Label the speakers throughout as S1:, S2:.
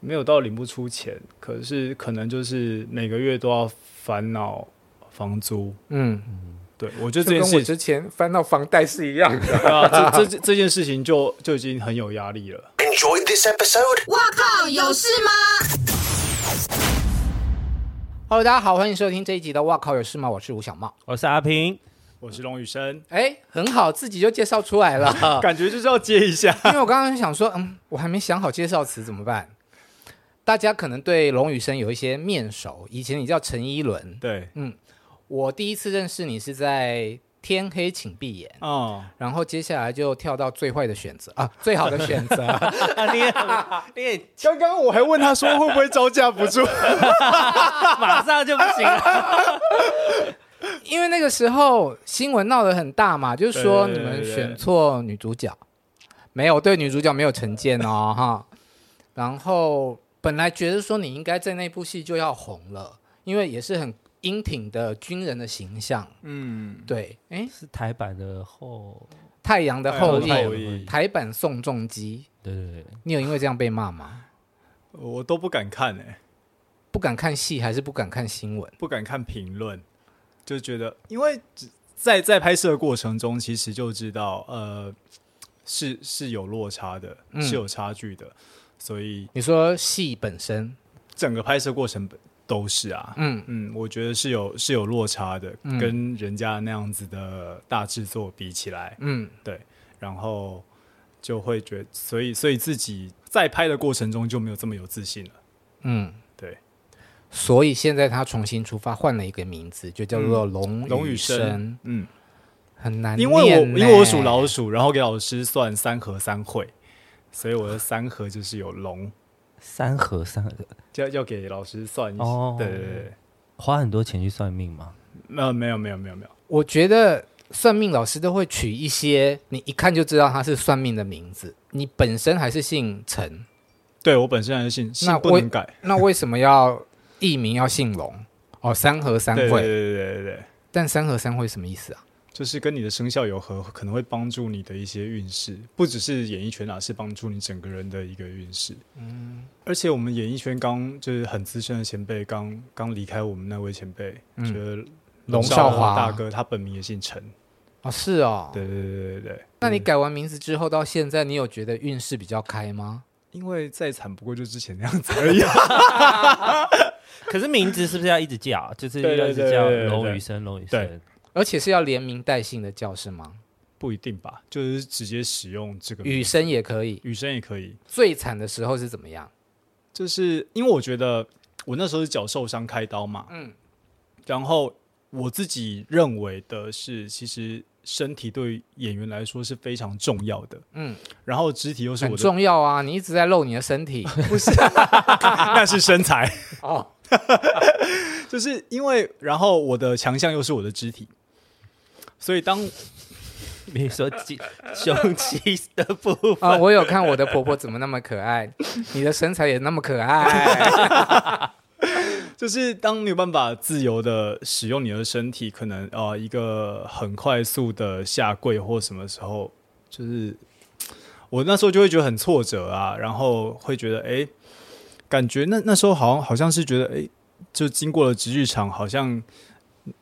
S1: 没有到领不出钱，可是可能就是每个月都要烦恼房租。
S2: 嗯，
S1: 对我觉得
S2: 就
S1: 这件
S2: 跟我
S1: 事情，
S2: 之前翻到房贷是一样的。
S1: 对啊，这这这件事情就就已经很有压力了。
S3: Enjoyed this episode?
S4: 哇靠，有事吗？
S2: Hello，大家好，欢迎收听这一集的《哇靠有事吗》，我是吴小茂。
S5: 我是阿平，
S1: 我是龙宇生，。
S2: 哎，很好，自己就介绍出来了
S1: 感觉就是要接一下。
S2: 因为我刚刚想说，嗯，我还没想好介绍词怎么办。大家可能对龙宇生有一些面熟，以前你叫陈依伦。
S1: 对，
S2: 我第一次认识你是在《天黑请闭眼》，
S1: 哦，
S2: 然后接下来就跳到最坏的选择啊，最好的选择。
S5: 啊、你也你也
S1: 刚刚我还问他说会不会招架不住，
S5: 马上就不行了。
S2: 因为那个时候新闻闹得很大嘛，就是说
S1: 对
S2: 你
S1: 对对
S2: 们
S1: 对对
S2: 选错女主角，没有对女主角没有成见 哦哈。然后本来觉得说你应该在那部戏就要红了，因为也是很英挺的军人的形象。
S1: 嗯，
S2: 对，诶，
S5: 是台版的后，
S2: 太阳的后裔，
S1: 太阳的后裔
S2: 台版宋仲基，
S5: 对对对，
S2: 你有因为这样被骂吗？
S1: 我都不敢看哎、
S2: 不敢看戏还是不敢看新闻？
S1: 不敢看评论，就觉得因为只在在拍摄的过程中，其实就知道呃是是有落差的，
S2: 嗯
S1: 是有差距的，所以
S2: 你说戏本身，
S1: 整个拍摄过程都是啊。
S2: 嗯，
S1: 嗯，我觉得是有是有落差的，
S2: 嗯
S1: 跟人家那样子的大制作比起来，
S2: 嗯，
S1: 然后就会觉得，所以所以自己在拍的过程中就没有这么有自信了。
S2: 嗯，
S1: 对。
S2: 所以现在他重新出发，换了一个名字，就叫做龙
S1: 嗯龙
S2: 雨
S1: 雨生，嗯，
S2: 很难
S1: 因为我
S2: 念
S1: 因
S2: 呢
S1: 为我属老鼠，然后给老师算三合三会，所以我的三合就是有龙，
S5: 三和三合
S1: 要要给老师算一下。
S5: 哦
S1: 对对对，
S5: 花很多钱去算命吗？
S1: 那、没有没有没有没有，
S2: 我觉得算命老师都会取一些你一看就知道他是算命的名字。你本身还是 姓陈，
S1: 对我本身还是信信
S2: 那
S1: 不
S2: 我
S1: 能改。
S2: 那为什么要艺名要姓龙？哦，三合三
S1: 对
S2: 会，
S1: 对对对对对，
S2: 但三合三会什么意思啊？
S1: 就是跟你的生肖有合，可能会帮助你的一些运势，不只是演艺圈啊，是帮助你整个人的一个运势。嗯，而且我们演艺圈刚就是很资深的前辈，刚刚离开我们那位前辈，
S2: 嗯
S1: 就是
S2: 龙
S1: 少
S2: 少华
S1: 大哥，他本名也姓陈。
S2: 哦，是哦。
S1: 对对对对对，
S2: 那你改完名字之后到现在，你有觉得运势比较开吗？
S1: 因为再惨不过就之前那样子而已、啊。
S5: 可是名字是不是要一直叫？啊就是
S1: 对
S5: 要
S1: 对
S5: 一
S1: 对
S5: 直叫
S1: 对对对
S5: 龙雨生，龙雨生
S1: 对。
S2: 而且是要连名带姓的叫是吗？
S1: 不一定吧，就是直接使用这个
S2: 雨
S1: 名字
S2: 生也可以。
S1: 雨生也可以，
S2: 最惨的时候是怎么样？
S1: 就是因为我觉得我那时候是脚受伤开刀嘛，
S2: 嗯
S1: 然后我自己认为的是，其实身体对于演员来说是非常重要的，
S2: 嗯，
S1: 然后肢体又是
S2: 很
S1: 我的，
S2: 重要啊！你一直在露你的身体
S1: 那是身材，
S2: 哦，
S1: 就是因为然后我的强项又是我的肢体，所以当
S5: 你说肌胸肌的部分，
S2: 啊、我有看我的婆婆怎么那么可爱，你的身材也那么可爱，
S1: 就是当你有办法自由的使用你的身体，可能呃一个很快速的下跪或什么时候，就是我那时候就会觉得很挫折啊，然后会觉得哎、诶感觉那那时候好像好像是觉得哎、诶就经过了值日场，好像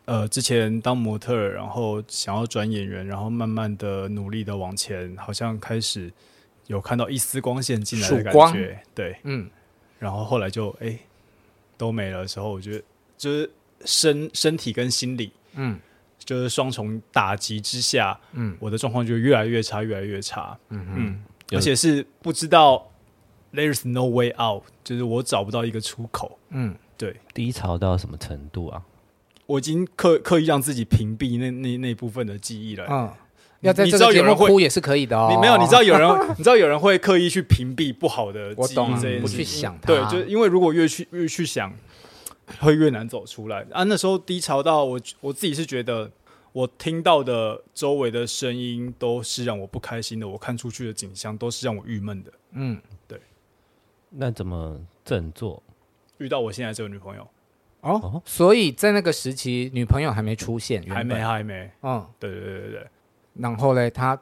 S1: 呃之前当模特儿，然后想要转演员，然后慢慢的努力的往前，好像开始有看到一丝光线进来的
S2: 曙
S1: 感
S2: 光
S1: 觉，对，
S2: 嗯，
S1: 然后后来就哎、都没了的时候，我觉得就是身身体跟心理，
S2: 嗯，
S1: 就是双重打击之下，
S2: 嗯，
S1: 我的状况就越来越差，越来越差，嗯嗯，
S5: 有
S1: 而且是不知道 there's no way out，就是我找不到一个出口，
S2: 嗯，
S1: 对
S5: 低潮到什么程度啊？
S1: 我已经刻刻意让自己屏蔽那那那部分的记忆了。
S2: 嗯，
S1: 你
S2: 要在
S1: 你
S2: 这
S1: 知道
S2: 个
S1: 有
S2: 节目
S1: 人会
S2: 哭也是可以的哦。
S1: 你没有，你知道有人，你知道有人会刻意去屏蔽不好的
S2: 我
S1: 记忆
S2: 懂啊
S1: 这件事
S2: 不
S1: 情
S2: 去想它
S1: 对，就是因为如果越去越去想，会越难走出来啊。那时候低潮到我我自己是觉得，我听到的周围的声音都是让我不开心的，我看出去的景象都是让我郁闷的。
S2: 嗯，
S5: 那怎么振作？
S1: 遇到我现在这个女朋友，
S2: 哦，所以在那个时期，女朋友还没出现，原
S1: 还没啊
S2: 本，
S1: 还没，
S2: 嗯，
S1: 对对对对对，
S2: 然后嘞，她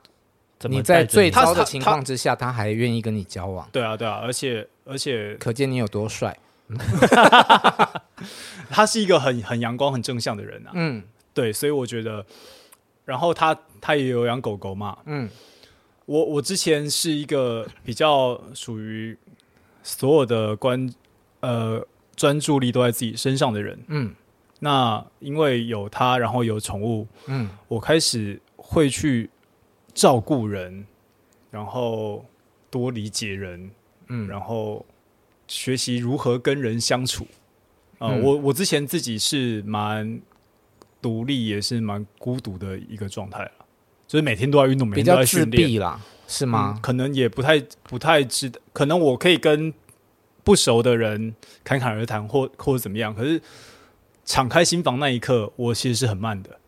S5: 怎么
S2: 你在
S5: 带着
S2: 最
S1: 他
S2: 糟
S1: 他
S2: 的情况之下，他还愿意跟你交往，
S1: 对啊，对啊，而且而且
S2: 可见你有多帅。
S1: 他是一个很很阳光、很正向的人啊。
S2: 嗯
S1: 对，所以我觉得，然后他他也有养狗狗嘛。
S2: 嗯
S1: 我我之前是一个比较属于所有的关呃专注力都在自己身上的人。
S2: 嗯
S1: 那因为有他，然后有宠物，
S2: 嗯
S1: 我开始会去照顾人，然后多理解人，
S2: 嗯
S1: 然后学习如何跟人相处。啊、
S2: 嗯
S1: 我我之前自己是蛮独立，也是蛮孤独的一个状态了，就是每天都在运动，每
S2: 比
S1: 天都
S2: 较
S1: 在
S2: 自
S1: 训练
S2: 闭啦，是
S1: 嗯
S2: 吗？
S1: 可能也不太不太知道，可能我可以跟不熟的人侃侃而谈，或或者怎么样。可是敞开心房那一刻，我其实是很慢的。。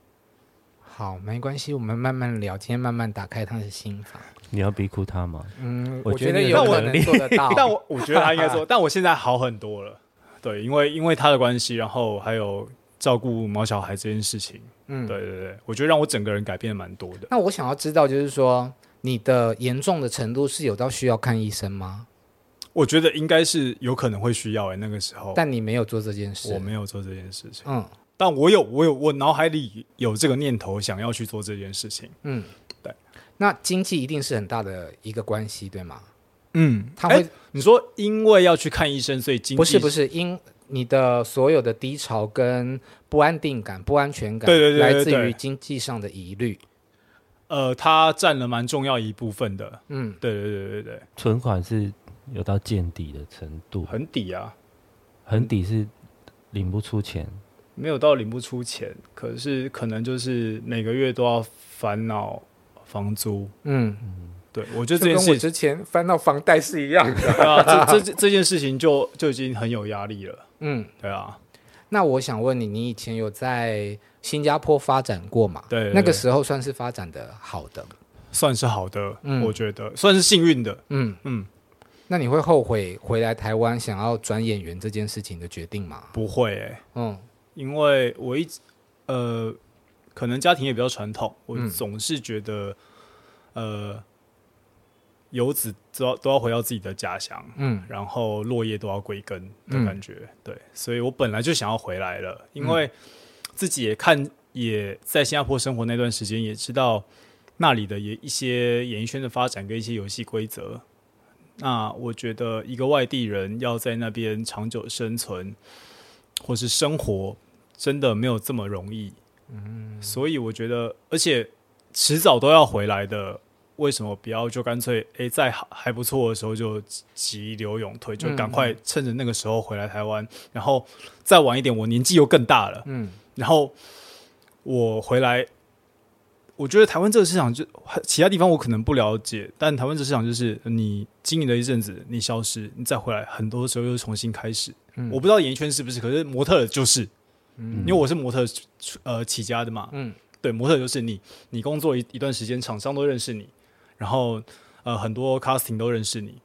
S2: 好，没关系，我们慢慢聊，今天慢慢打开他的心房。
S5: 你要逼哭他吗？
S2: 嗯，我
S5: 我
S2: 觉
S5: 觉得
S2: 得
S5: 你
S2: 有
S5: 有
S2: 可
S5: 能
S2: 能
S5: 力
S2: 做得到
S1: 但我我觉得他应该 说，但我现在好很多了。对，因为因为他的关系，然后还有照顾毛小孩这件事情，
S2: 嗯，
S1: 对对对，我觉得让我整个人改变蛮多的。
S2: 那我想要知道，就是说你的严重的程度是有到需要看医生吗？
S1: 我觉得应该是有可能会需要哎、那个时候
S2: 但你没有做这件事。
S1: 我没有做这件事情，
S2: 嗯
S1: 但我有我有我脑海里有这个念头想要去做这件事情。
S2: 嗯，
S1: 对。
S2: 那经济一定是很大的一个关系，对吗？
S1: 嗯，
S2: 他会、
S1: 哎你说因为要去看医生，所以经济
S2: 不是不
S1: 是，
S2: 是因你的所有的低潮跟不安定感、不安全感，
S1: 对对对对
S2: 来自
S1: 对
S2: 于经济上的疑虑。
S1: 呃，它占了蛮重要一部分的。
S2: 嗯，
S1: 对对对对对，
S5: 存款是有到见底的程度，
S1: 很抵啊，
S5: 很底是领不出钱，
S1: 没有到领不出钱，可是可能就是每个月都要烦恼房租。
S2: 嗯，
S1: 对我觉得
S2: 就
S1: 这件
S2: 跟我
S1: 事情，
S2: 之前翻到房贷是一样 的。
S1: 对啊，这这这件事情就就已经很有压力了。
S2: 嗯，
S1: 对啊，
S2: 那我想问你，你以前有在新加坡发展过吗？
S1: 对对
S2: 那个
S1: 对
S2: 时候算是发展的好的。
S1: 算是好的，
S2: 嗯
S1: 我觉得算是幸运的。
S2: 嗯，
S1: 嗯，
S2: 那你会后悔回来台湾想要转演员这件事情的决定吗？
S1: 不会哎、
S2: 嗯
S1: 因为我一直呃，可能家庭也比较传统，我
S2: 嗯
S1: 总是觉得、呃，游子都要都要回到自己的家乡，
S2: 嗯
S1: 然后落叶都要归根的感觉。对，所以我本来就想要回来了，因为自己也看也在新加坡生活那段时间，也知道那里的也一些演艺圈的发展跟一些游戏规则。那我觉得一个外地人要在那边长久生存或是生活，真的没有这么容易。嗯，所以我觉得，而且迟早都要回来的，为什么不要就干脆诶，在还还不错的时候就急流勇退，就赶快趁着那个时候回来台湾，然后再晚一点，我年纪又更大了，
S2: 嗯
S1: 然后我回来，我觉得台湾这个市场就其他地方我可能不了解，但台湾这个市场就是你经营了一阵子，你消失，你再回来，很多时候又重新开始。
S2: 嗯
S1: 我不知道演艺圈是不是，可是模特儿就是，因为我是模特儿出呃起家的嘛，
S2: 嗯
S1: 对，模特就是你，你工作一一段时间，厂商都认识你，然后呃很多 casting 都认识你，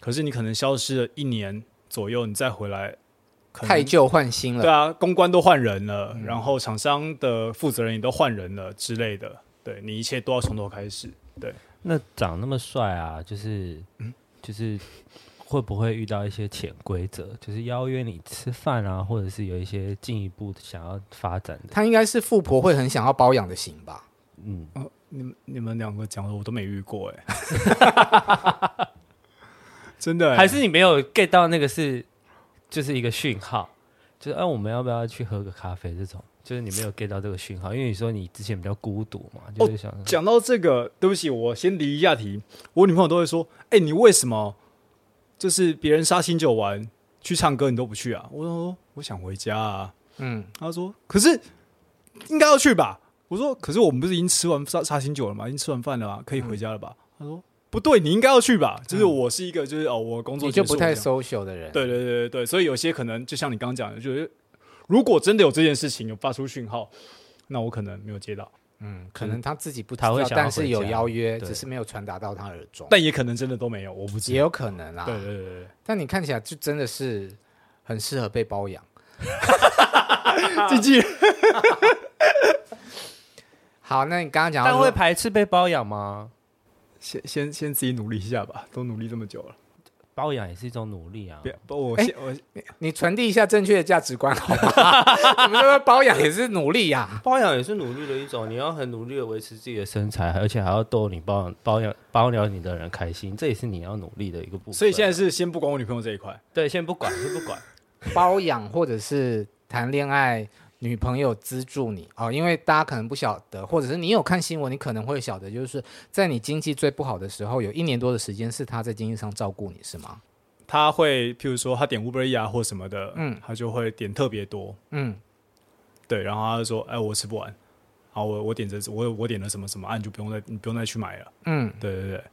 S1: 可是你可能消失了一年左右，你再回来，可能
S2: 太旧换新
S1: 对
S2: 了。
S1: 啊，公关都换人了，然后厂商的负责人也都换人了之类的，对你一切都要从头开始。对，
S5: 那长那么帅啊，就是就是会不会遇到一些潜规则，就是邀约你吃饭啊，或者是有一些进一步想要发展的？
S2: 他应该是富婆会很想要包养的型吧？
S5: 嗯，
S1: 你们你们两个讲的我都没遇过哎、 真的欸、
S5: 还是你没有 get 到那个是就是一个讯号，就是哎、啊我们要不要去喝个咖啡这种？就是你没有 get 到这个讯号，因为你说你之前比较孤独嘛，就是想说、
S1: 讲到这个，对不起，我先离一下题。我女朋友都会说：“哎、你为什么就是别人杀青酒玩去唱歌，你都不去啊？”我说：“我想回家啊。
S2: 嗯，”
S1: 她说：“可是应该要去吧？”我说：“可是我们不是已经吃完杀杀青酒了吗？已经吃完饭了啊，可以回
S2: 嗯
S1: 家了吧？”她说：“不对，你应该要去吧。”就是我是一个，就是哦，我工作
S2: 你就
S1: 结束
S2: 不太
S1: 我想
S2: social 的人。
S1: 对对对对对，所以有些可能就像你刚刚讲的，就是如果真的有这件事情有发出讯号，那我可能没有接到，
S2: 嗯，可能他自己不知
S5: 他
S2: 道
S5: 会，想要
S2: 但是有
S5: 回家
S2: 邀约，
S5: 对
S2: 只是没有传达到他耳中，
S1: 但也可能真的都没有，我不知道
S2: 也。有可能啦。啊
S1: 对对对对，
S2: 但你看起来就真的是很适合被包养。啊
S1: 经纪人
S2: 好，那你刚刚讲
S5: 但
S2: 到
S5: 会
S2: 说，
S5: 排斥被包养吗？
S1: 先先先自己努力一下吧，都努力这么久了，
S5: 包养也是一种努力啊。
S1: 别不我
S2: 哎
S1: 先我
S2: 你传递一下正确的价值观好吗？ 你们这个包养也是努力啊呀、
S5: 包养也是努力的一种，你要很努力的维持自己的身材，而且还要逗你包养包养包养你的人开心，这也是你要努力的一个部分。
S1: 所以现在是先不管我女朋友这一块，
S5: 对，先不管，先不管。
S2: 包养或者是谈恋爱，女朋友资助你哦，因为大家可能不晓得，或者是你有看新闻，你可能会晓得，就是在你经济最不好的时候，有一年多的时间是他在经济上照顾你，是吗？
S1: 她会譬如说她点 Uber E 啊或什么的，
S2: 嗯
S1: 嗯，她就会点特别多，
S2: 嗯，
S1: 对，然后她就说，哎，我吃不完，好，我我点这我我点了什么什么，啊，你就不用再你不用再去买了，
S2: 嗯
S1: 对对对，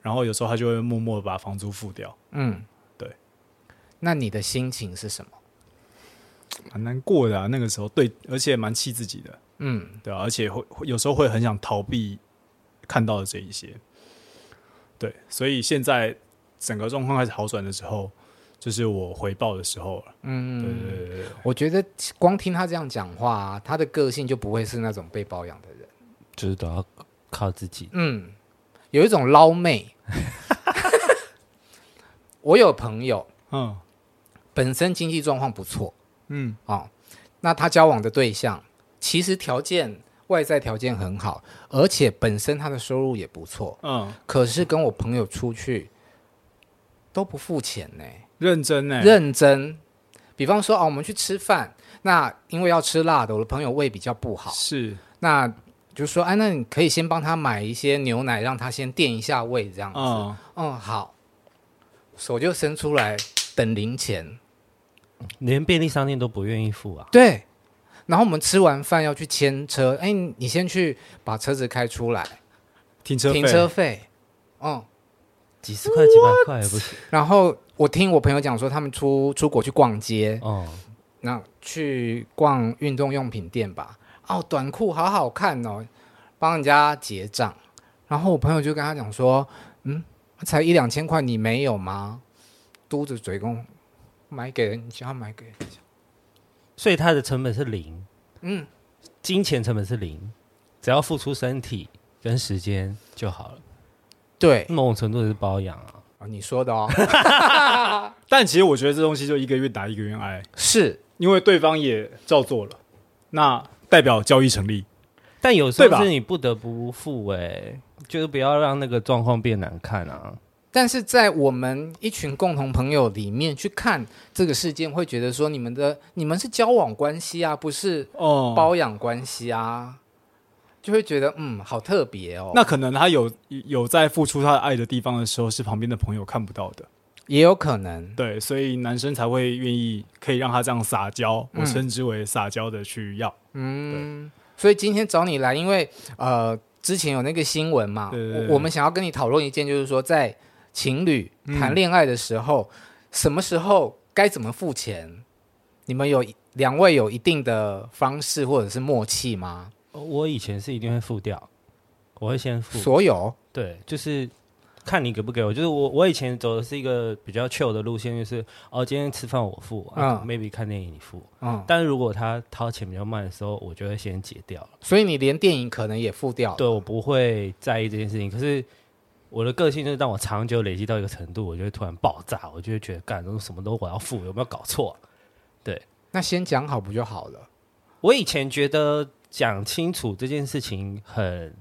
S1: 然后有时候她就会默默的把房租付掉，
S2: 嗯，
S1: 对。
S2: 那你的心情是什么？
S1: 蛮难过的、啊，那个时候对，而且蛮气自己的，
S2: 嗯，
S1: 对啊，而且会会有时候会很想逃避看到的这一些，对，所以现在整个状况开始好转的时候，就是我回报的时候了，嗯，对对对对，
S2: 我觉得光听他这样讲话、啊，他的个性就不会是那种被包养的人。
S5: 就是都要靠自己。
S2: 嗯，有一种捞妹。我有朋友
S1: 嗯
S2: 本身经济状况不错
S1: 嗯
S2: 哦，那他交往的对象其实条件外在条件很好，而且本身他的收入也不错，
S1: 嗯，
S2: 可是跟我朋友出去都不付钱呢、
S1: 认真欸呢、
S2: 认真。比方说哦，我们去吃饭，那因为要吃辣的，我的朋友胃比较不好，
S1: 是，
S2: 那就说哎，那你可以先帮他买一些牛奶，让他先垫一下胃这样子。
S1: 嗯，
S2: 嗯，好，手就伸出来等零钱。
S5: 连便利商店都不愿意付啊！
S2: 对，然后我们吃完饭要去牵车，哎，你先去把车子开出来，
S1: 停车费
S2: 停车费。嗯，
S5: 几十块、几百块也不行。
S2: 然后我听我朋友讲说，他们出出国去逛街，
S5: 哦，
S2: 那去逛运动用品店吧。哦，短裤好好看哦，帮人家结账。然后我朋友就跟他讲说，嗯，才一两千块，你没有吗？嘟着嘴跟我买给人家，买给人家。
S5: 所以它的成本是零，
S2: 嗯，
S5: 金钱成本是零，只要付出身体跟时间就好了。
S2: 对，
S5: 某种程度也是包养啊。
S2: 哦，你说 的哦，
S1: 但其实我觉得这东西就一个愿打一个愿挨，
S2: 是
S1: 因为对方也照做了，那代表交易成立，
S5: 但有时
S1: 对吧
S5: 候是你不得不付哎、就是不要让那个状况变难看啊。
S2: 但是在我们一群共同朋友里面去看这个事件，会觉得说你们的你们是交往关系啊，不是
S1: 哦、
S2: 包养关系啊，就会觉得嗯，好特别哦。
S1: 那可能他有有在付出他的爱的地方的时候，是旁边的朋友看不到的。
S2: 也有可能，
S1: 对，所以男生才会愿意可以让他这样撒娇，
S2: 嗯
S1: 我称之为撒娇的去要。
S2: 嗯，所以今天找你来，因为呃，之前有那个新闻嘛，
S1: 对对对
S2: 我我们想要跟你讨论一件，就是说在情侣
S1: 嗯
S2: 谈恋爱的时候，什么时候该怎么付钱？你们有两位有一定的方式或者是默契吗？
S5: 呃我以前是一定会付掉，我会先付。
S2: 所有，
S5: 对，就是看你给不给我。就是我我以前走的是一个比较 chill 的路线，就是哦，今天吃饭我付、
S2: 嗯
S5: 啊 m a y b e 看电影你付。
S2: 嗯，
S5: 但如果他掏钱比较慢的时候，我就会先结掉了。
S2: 所以你连电影可能也付掉了，
S5: 对我不会在意这件事情，可是。我的个性就是，当我长久累积到一个程度，我就会突然爆炸，我就会觉得干，什么都我要付，有没有搞错啊、
S2: 那先讲好不就好了？
S5: 我以前觉得讲清楚这件事情很，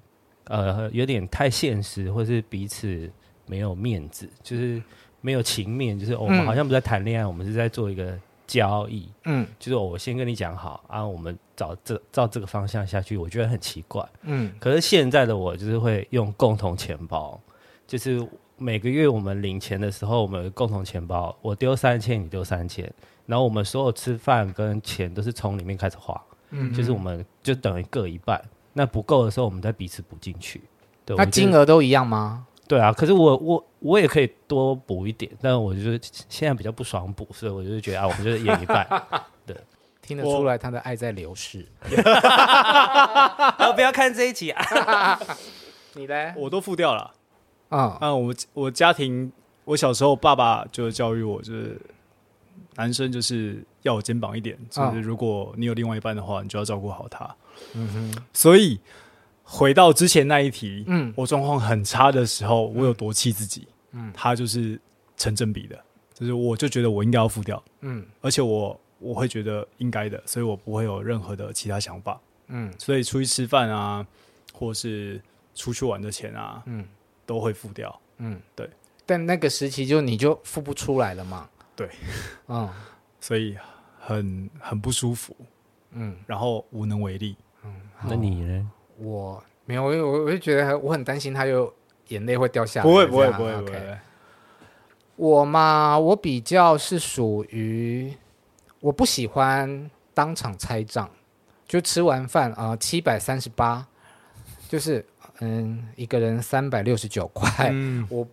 S5: 呃，有点太现实，或是彼此没有面子，就是没有情面，就是、哦我们
S2: 嗯
S5: 好像不在谈恋爱，我们是在做一个交易，
S2: 嗯
S5: 就是、哦我先跟你讲好啊，我们找这照这个方向下去，我觉得很奇怪。
S2: 嗯
S5: 可是现在的我就是会用共同钱包，就是每个月我们领钱的时候，我们有共同钱包，我丢三千，你丢三千，然后我们所有吃饭跟钱都是从里面开始花，
S2: 嗯，
S5: 就是我们就等于各一半，那不够的时候我们再彼此补进去。对，
S2: 那
S5: 我觉得
S2: 金额都一样吗？
S5: 对啊，可是我我我也可以多补一点，但我就是现在比较不爽补，所以我就觉得啊，我们就是演 一半，
S2: 听得
S1: 我
S2: 出来他的爱在流逝。
S5: 啊，不要看这一集啊。
S2: 你嘞？
S1: 我都付掉了。
S2: 嗯
S1: 啊，我我家庭，我小时候爸爸就教育我，就是男生就是要有肩
S2: 啊
S1: 膀一点，就是如果你有另外一半的话，你就要照顾好他。
S2: 嗯哼，
S1: 所以回到之前那一题，
S2: 嗯
S1: 我状况很差的时候，我有多气自己，嗯，它就是成正比的，就是我就觉得我应该要付掉，
S2: 嗯
S1: 而且我我会觉得应该的，所以我不会有任何的其他想法，
S2: 嗯
S1: 所以出去吃饭啊，或是出去玩的钱啊，
S2: 嗯
S1: 都会付掉。
S2: 嗯，
S1: 对。
S2: 但那个时期就你就付不出来了嘛。
S1: 对，
S2: 嗯
S1: 所以很很不舒服，
S2: 嗯，
S1: 然后无能为力。
S5: 那你呢？
S2: 我没有，我我我就觉得我很担心他有眼泪会掉下来。
S1: 不会不
S2: 这
S1: 会
S2: 样
S1: 不会
S2: OK
S1: 不会，
S2: 我嘛，我比较是属于我不喜欢当场拆账，就吃完饭啊，七百三十八，就是嗯，一个人三百六十九块。
S1: 嗯，
S2: 我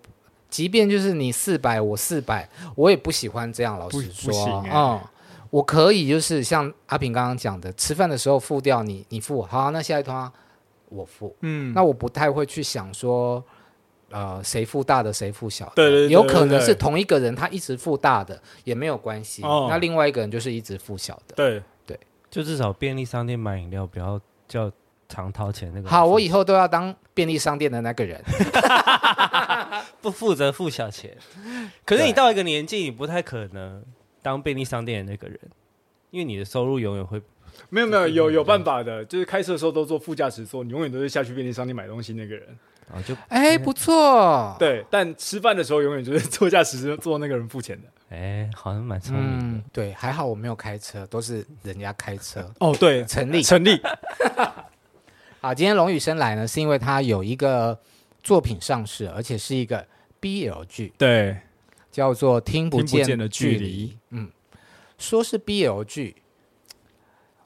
S2: 即便就是你四百，我四百，我也不喜欢这样。老
S1: 不
S2: 实
S1: 不
S2: 说，
S1: 行欸
S2: 嗯，我可以就是像阿平刚刚讲的，吃饭的时候付掉你，你付我好、那下一通、啊、我付。
S1: 嗯，
S2: 那我不太会去想说，呃，谁付大的，谁付小的。
S1: 对对对
S2: 有可能是
S1: 对对
S2: 同一个人他一直付大的也没有关系，
S1: 哦
S2: 那另外一个人就是一直付小的。
S1: 对，
S5: 就至少便利商店买饮料不要叫常掏钱那个人付。
S2: 好，我以后都要当便利商店的那个 人。
S5: 不负责付小钱。可是你到一个年纪，你不太可能当便利商店的那个人，因为你的收入永远会
S1: 没有没有有有办法的，就是开车的时候都坐副驾驶座，你永远都是下去便利商店买东西那个人。
S5: 啊就
S2: 哎，不错，
S1: 对，但吃饭的时候永远就是坐驾驶座那个人付钱的。
S5: 哎、好像蛮聪明的。
S2: 嗯，对，还好我没有开车，都是人家开 车。
S1: 哦， 对，
S2: 成立
S1: 成立，
S2: 好，今天龙宇生来呢，是因为他有一个作品上市，而且是一个 BL 剧。
S1: 对，
S2: 叫做《听不
S1: 听不
S2: 见
S1: 见的距
S2: 离
S1: 离》。
S2: 嗯，说是 BL 剧，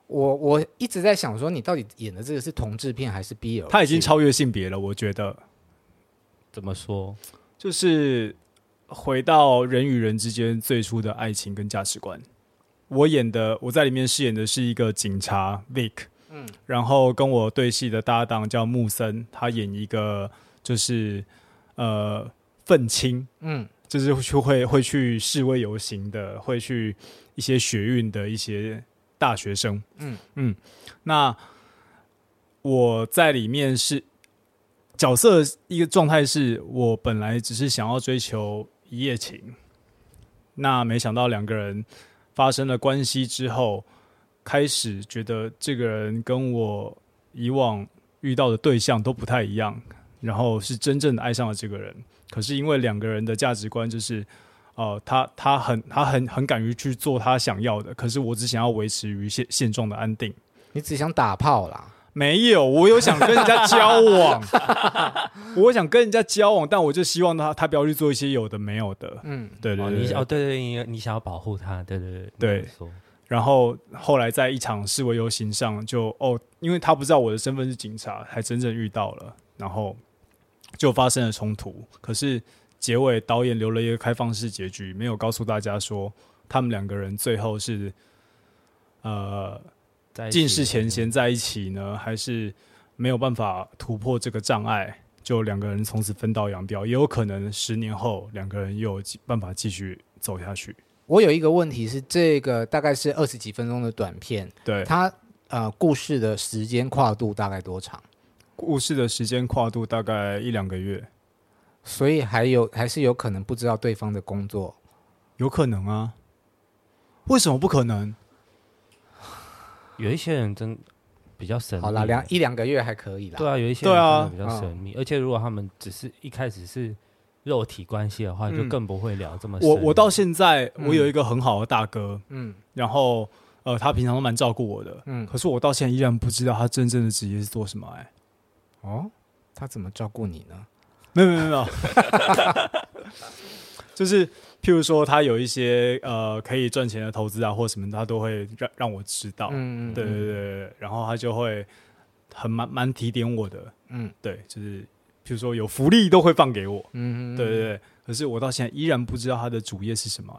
S2: 我我一直在想说，你到底演的这个是同志片还是 BL？
S1: 他已经
S2: 剧
S1: 超越性别了，我觉得
S5: 怎么说？
S1: 就是回到人与人之间最初的爱情跟价值观。我演的，我在里面饰演的是一个警察 Vic，嗯，然后跟我对戏的搭档叫木森，他演一个就是呃愤青，
S2: 嗯
S1: 就是去会会去示威游行的，会去一些学运的一些大学生。
S2: 嗯
S1: 嗯，那我在里面是角色一个状态是，我本来只是想要追求一夜情，那没想到两个人发生了关系之后，开始觉得这个人跟我以往遇到的对象都不太一样，然后是真正的爱上了这个人。可是因为两个人的价值观就是，呃，他他很他很很敢于去做他想要的，可是我只想要维持于现现状的安定。
S2: 你只想打炮啦，
S1: 没有，我有想跟人家交往，我想跟人家交往，但我就希望他他不要去做一些有的没有的。
S2: 嗯
S1: 对对
S5: 哦，
S1: 对
S5: 你
S1: 对
S5: 哦，对对对，你你想要保护他，对对对，
S1: 对
S5: 你这么说
S1: 然后后来在一场示威游行上就，哦，因为他不知道我的身份是警察，还真正遇到了，然后就发生了冲突。可是结尾导演留了一个开放式结局，没有告诉大家说他们两个人最后是呃
S5: 在一起
S1: 尽释前嫌在一起呢，还是没有办法突破这个障碍，就两个人从此分道扬镳。也有可能十年后两个人又有继办法继续走下去。
S2: 我有一个问题是，这个大概是二十几分钟的短片，
S1: 对，
S2: 它呃故事的时间跨度大概多长？
S1: 故事的时间跨度大概一两个月。
S2: 所以还有还是有可能不知道对方的工作，
S1: 有可能啊？为什么不可能？
S5: 有一些人真比较神秘。
S2: 好啦，两一两个月还可以啦。嗯
S5: 对啊，有一
S1: 嗯
S5: 些
S1: 对啊
S5: 人真的比较神秘，而且如果他们只是一开始是肉体关系的话，
S1: 嗯
S5: 就更不会聊这么深。
S1: 我我到现在，
S2: 嗯
S1: 我有一个很好的大哥，
S2: 嗯
S1: 然后呃，他平常都蛮照顾我的，
S2: 嗯，
S1: 可是我到现在依然不知道他真正的职业是做什么、哎，
S2: 哦，他怎么照顾你呢？
S1: 没有没有 没有，就是譬如说他有一些呃可以赚钱的投资啊，或什么，他都会让让我知道。
S2: 嗯
S1: 对对对，对然后他就会很蛮蛮提点我的，
S2: 嗯
S1: 对，就是譬如说有福利都会放给我。
S2: 嗯，
S1: 对对对。可是我到现在依然不知道他的主业是什么、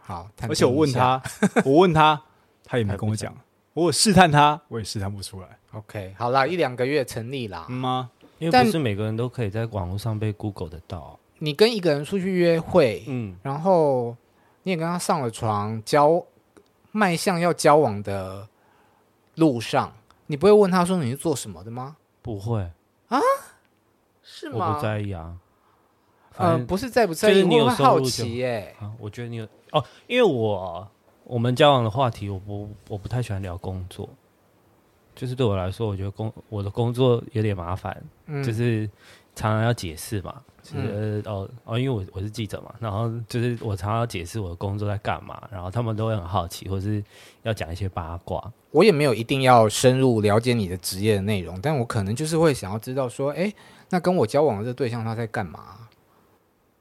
S2: 好，
S1: 而且我问他， 我问他，他也没跟我讲。我有试探他， 我也试探不出来。
S2: ，OK，好啦，一两个月成立啦。
S1: 嗯吗？
S5: 因为
S2: 但
S5: 不是每个人都可以在网络上被 Google 得到。啊
S2: 你跟一个人出去约会，
S5: 嗯，
S2: 然后你也跟他上了床，交迈向要交往的路上，你不会问他说你是做什么的吗？
S5: 不会，
S2: 是
S5: 我
S2: 吗
S5: 不？在意啊。反
S2: 呃，
S5: 正
S2: 不是在不在
S5: 就
S2: 意，
S5: 是你
S2: 我
S5: 有
S2: 会
S5: 收入
S2: 好
S5: 就
S2: 奇耶、
S5: 啊，我觉得你有哦，因为我我们交往的话题，我不我不太喜欢聊工作，就是对我来说，我觉得工我的工作有点麻烦，
S2: 嗯，
S5: 就是常常要解释嘛，就是、呃哦哦，因为我我是记者嘛，然后就是我常常要解释我的工作在干嘛，然后他们都会很好奇，或是要讲一些八卦，
S2: 我也没有一定要深入了解你的职业的内容，但我可能就是会想要知道说，哎，那跟我交往的这对象他在干嘛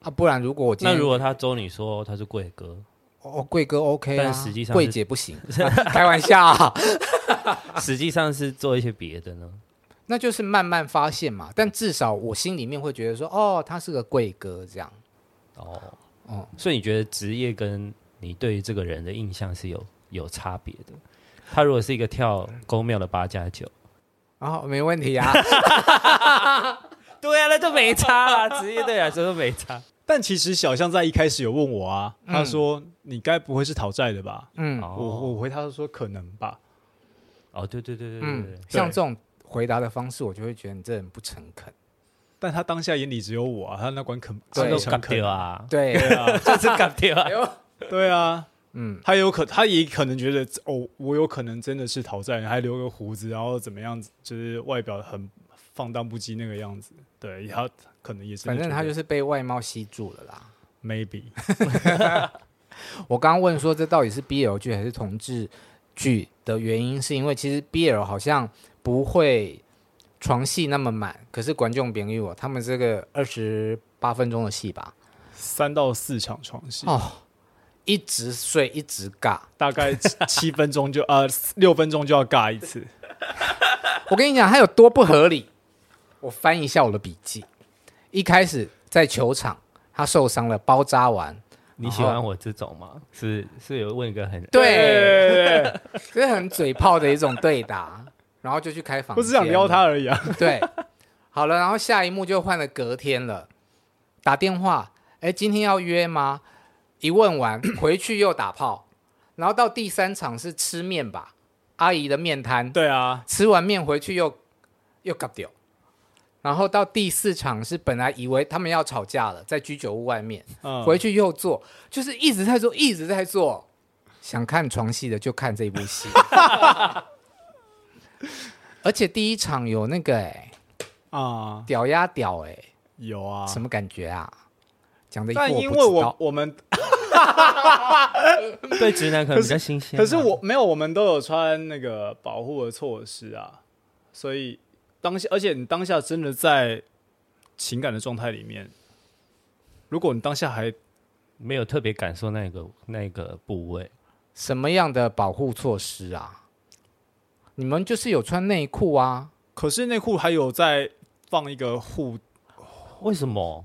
S2: 啊？不然如果我今
S5: 那
S2: 天
S5: 如果他周你说他是贵 哥，
S2: 哦贵哥 OK 啊，
S5: 但实际上是
S2: 贵姐不行， 开玩笑、啊，
S5: 实际上是做一些别的呢？
S2: 那就是慢慢发现嘛。但至少我心里面会觉得说，哦，他是个贵哥这样。
S5: 哦
S2: 哦
S5: 哦，所以你觉得职业跟你对于这个人的印象是有有差别的？他如果是一个跳宫庙的八加九，
S2: 啊、没问题啊，
S5: 对啊，那就没差啦，职业对你来说都没差。
S1: 但其实小象在一开始有问我啊，他说：“你该不会是讨债的吧？”
S2: 嗯，
S1: 我
S5: 哦
S1: 我回他说：“可能吧。
S5: 哦，对对对对 对
S2: 嗯
S5: 对，，
S2: 像这种回答的方式，我就会觉得你这人不诚恳。”
S1: 但他当下眼里只有我啊，他那管肯
S2: 对
S1: 真
S5: 都
S1: 的
S5: 是
S1: 诚
S5: 搞
S1: 恳
S5: 掉，啊，
S2: 对，
S1: 对啊，
S5: 就是搞掉啊。
S1: 对啊，
S2: 嗯，
S1: 他有可他也可能觉得哦，我有可能真的是讨债，还留个胡子，然后怎么样子，就是外表很放荡不羁那个样子。对，他可能也是，
S2: 反正他就是是被外貌吸住了啦。
S1: maybe
S2: 我刚刚问说这到底是 BL 剧还是同志剧的原因，是因为其实 BL 好像不会床戏那么满，可是观众朋友他们这个二十八分钟的戏吧，
S1: 三到四场床戏，
S2: 哦，一直睡一直尬。
S1: 大概七七分钟就呃六分钟就要尬一次。
S2: 我跟你讲，它有多不合理。我翻一下我的笔记，一开始在球场他受伤了，包扎完，
S5: 你喜欢我这种吗？是是有问一个很
S2: 对，
S1: 对， 对
S2: 这很嘴炮的一种对答，然后就去开房间，
S1: 我只想撩他而已啊。
S2: 对，好了，然后下一幕就换了隔天了，打电话，哎，今天要约吗？一问完回去又打炮，然后到第三场是吃面吧，阿姨的面摊，
S1: 对啊，
S2: 吃完面回去又又搞掉，然后到第四场是本来以为他们要吵架了，在居酒屋外面，
S1: 嗯，
S2: 回去又做，就是一直在做，一直在做。想看床戏的就看这部 戏，而且第一场有那个哎、
S1: 啊
S2: 屌呀屌哎、
S1: 有啊，
S2: 什么感觉啊？讲的一副
S1: 但
S2: 不
S1: 因为
S2: 知
S1: 我
S2: 道
S1: 我们
S5: 对直男可能比较新鲜啊。
S1: 可是我没有，我们都有穿那个保护的措施啊，所以当下，而且你当下真的在情感的状态里面，如果你当下还
S5: 没有特别感受那个那个部位，
S2: 什么样的保护措施啊？你们就是有穿内裤啊？
S1: 可是内裤还有在放一个护
S5: 为什么？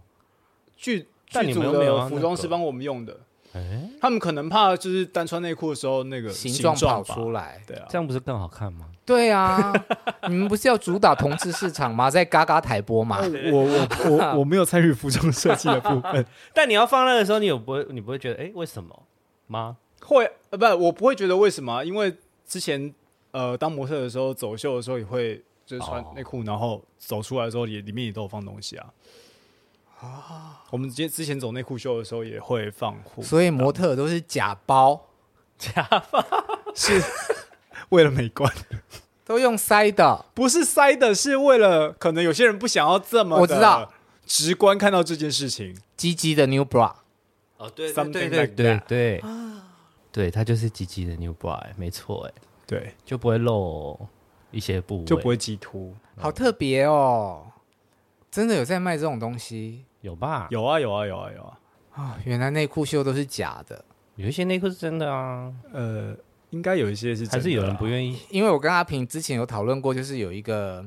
S1: 剧
S5: 但
S1: 剧
S5: 你们
S1: 组
S5: 又没有
S1: 的
S5: 啊
S1: 服
S5: 那
S1: 装
S5: 个
S1: 师帮我们用的，
S5: 哎，
S1: 他们可能怕就是单穿内裤的时候那个
S2: 形状跑
S1: 吧
S2: 出来？
S1: 对啊
S5: 这，样不是更好看吗？
S2: 对啊， 你们不是要主打同志市场吗？在嘎嘎台播嘛？
S1: 我我我我没有参与服装设计的部分，
S5: 但你要放那个时候，你有不会你不会觉得哎、为什么吗？
S1: 会呃不，我不会觉得为什么啊、因为之前呃当模特的时候走秀的时候也会就是穿
S5: 哦
S1: 内裤，然后走出来的时候也里面也都有放东西啊。啊，我们之前之前走内裤秀的时候也会放裤，
S2: 所以模特都是假包，
S1: 是为了美观，
S2: 都用塞的。
S1: 不是塞的，是为了可能有些人不想要这么
S2: 我知道
S1: 直观看到这件事情，
S2: 鸡鸡的 new bra，
S5: 哦，对
S1: Something
S5: 对
S1: like
S5: 对对对，对，它就是吉吉的 new bra，没错，哎，
S1: 对，
S5: 就不会露一些部位，
S1: 就不会挤凸。
S2: 好特别哦！真的有在卖这种东西
S5: 有吧？有
S1: 有啊有啊有啊有啊，
S2: 啊、原来内裤秀都是假的，
S5: 有一些内裤是真的啊，
S1: 呃，应该有一些是真的
S5: 还
S1: 啊
S5: 是有人不愿意
S2: 因为我跟阿平之前有讨论过，就是有一 个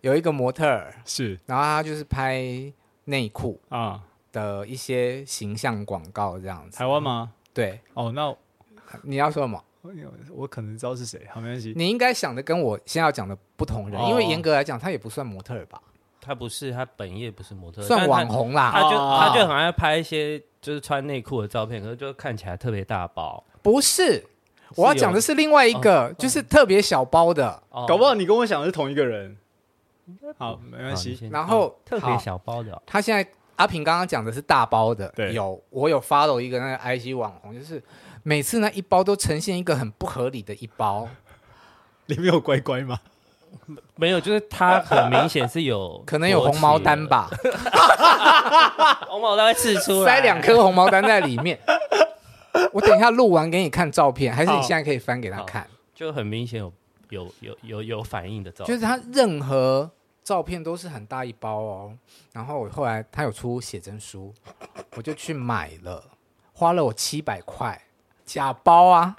S2: 有一个模特儿，
S1: 是
S2: 然后他就是拍内裤
S1: 啊，
S2: 的一些形象广告这样子
S1: 台。湾吗？
S2: 对，
S1: 哦，那
S2: 你要说什么？
S1: 我可能知道是谁，好，没关系。
S2: 你应该想的跟我先要讲的不同人，因为
S1: 哦
S2: 严格来讲，他也不算模特儿吧，
S5: 他不是，他本业不是模特，
S2: 算
S5: 但
S2: 网
S5: 他，
S2: 红啦。
S5: 他就
S1: 哦
S5: 他就很爱拍一些就是穿内裤的照片，可是就看起来特别大包。
S2: 不是，我要讲的是另外一个，就是特别小包的，
S5: 哦
S1: 搞不好你跟我想的是同一个人。好，没
S5: 好
S1: 关
S5: 你
S1: 系。
S5: 先
S2: 然后
S5: 哦特别
S2: 好
S5: 小包的哦，
S2: 他现在阿平刚刚讲的是大包的，
S1: 对
S2: 有我有 follow 一个那个 IG 网红，就是每次那一包都呈现一个很不合理的一 包，
S1: 里面有乖乖吗？
S5: 没有，就是它很明显是有
S2: 可能有红毛丹吧，
S5: 勃起 的，红毛丹会刺出来，
S2: 塞两颗红毛丹在里 面。我等一下录完给你看照片，还是你现在可以翻给他看？
S5: 就很明显有有有有有反应的照
S2: 就
S5: 片，
S2: 是他任何照片都是很大一包哦。然后我后来他有出写真书，我就去买了，花了我七百块，假包啊。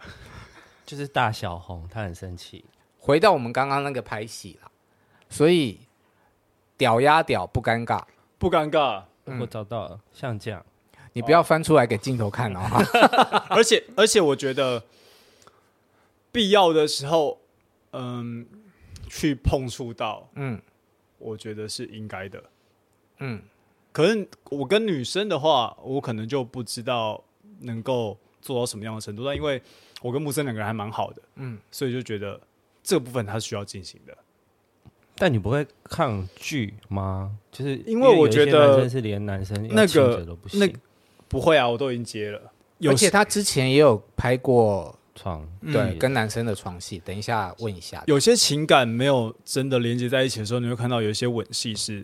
S5: 就是大小红，他很生气，
S2: 回到我们刚刚那个拍戏啦，所以屌呀屌不尴尬，
S1: 不尴尬，
S5: 我找到了，像这样，
S2: 你不要翻出来给镜头看哦。
S1: 而且而且我觉得必要的时候，嗯，去碰触到，
S2: 嗯
S1: 我觉得是应该的。
S2: 嗯，
S1: 可是我跟女生的话，我可能就不知道能够做到什么样的程度，但因为我跟木森两个人还蛮好的，
S2: 嗯
S1: 嗯，所以就觉得这个部分他需要进行的。
S5: 但你不会抗拒吗？就是因
S1: 因为我
S5: 有一些
S1: 觉得
S5: 男生是连男生要
S1: 那个
S5: 亲嘴都不行，
S1: 那不会啊，我都已经接了，有
S2: 而且
S1: 时
S2: 他之前也有拍过
S5: 床
S2: 对
S5: 嗯
S2: 跟男生的床戏，等一下问一下。
S1: 有些情感没有真的连接在一起的时候，你会看到有一些吻戏是